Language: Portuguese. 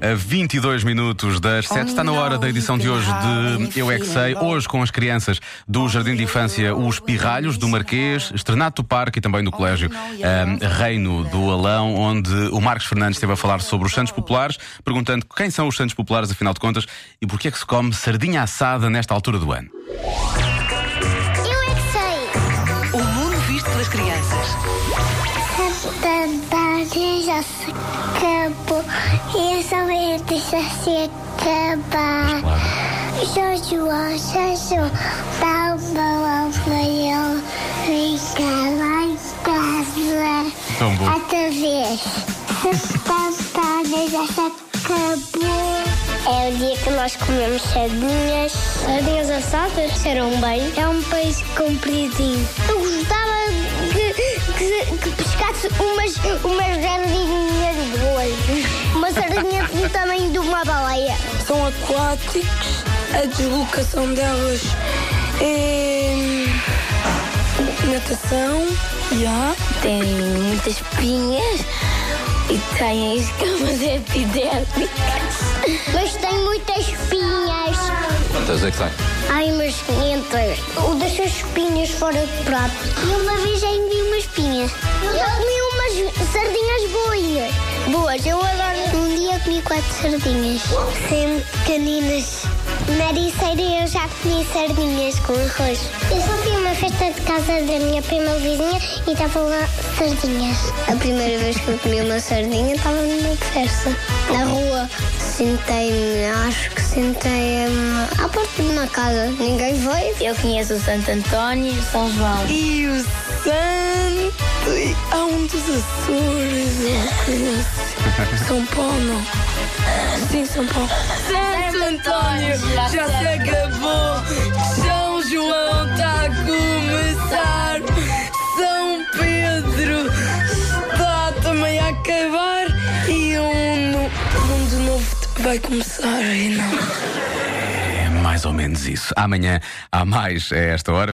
A 22 minutos das 7 está na hora da edição de hoje de Eu É Que Sei. Hoje com as crianças do Jardim de Infância Os Pirralhos, do Marquês, Estrenato do Parque e também do Colégio eh, Reino do Alão, onde o Marcos Fernandes esteve a falar sobre os Santos Populares, perguntando quem são os Santos Populares, afinal de contas, e porquê é que se come sardinha assada nesta altura do ano. Eu é que sei. O mundo um visto pelas crianças. Tantagem já se acabou. E essa mente já se acaba. Jorge Washington, dá uma opinião. Fica lá em casa. Tão bom. Outra vez. Tantagem já se acabou. É o dia que nós comemos sardinhas. Sardinhas assadas? Serão bem. É um peixe compridinho. Eu gostava que, que, que pescasse umas, umas sardinhas boas. Uma sardinha do tamanho de uma baleia. são aquáticos, a deslocação delas é hum, natação, já. Tem muitas espinhas e tem escamas epidérmicas. Mas tem muitas espinhas. Quantas é que tem? Ai, umas 500. Ou deixa as espinhas fora do prato. E uma vez ainda vi uma espinha. Eu comi umas sardinhas boas. Boas, eu adoro. Um dia eu comi quatro sardinhas. Sempre pequeninas. Na ericeira eu já comi sardinhas com arroz. Eu só fui a uma festa de casa da minha prima vizinha e estavam lá sardinhas. A primeira vez que eu comi uma sardinha estava numa festa. Na rua. Sentei-me, acho que sentei-me à porta de uma casa. Ninguém veio. Eu conheço o Santo António e São João. E o santo, e há um dos Açores, eu conheço. São Paulo, não. Sim, São Paulo. Santo António, já se acabou. São João está a começar. São Pedro está também a acabar. E um, no- um de novo vai começar. E não. É mais ou menos isso. Amanhã há mais a esta hora.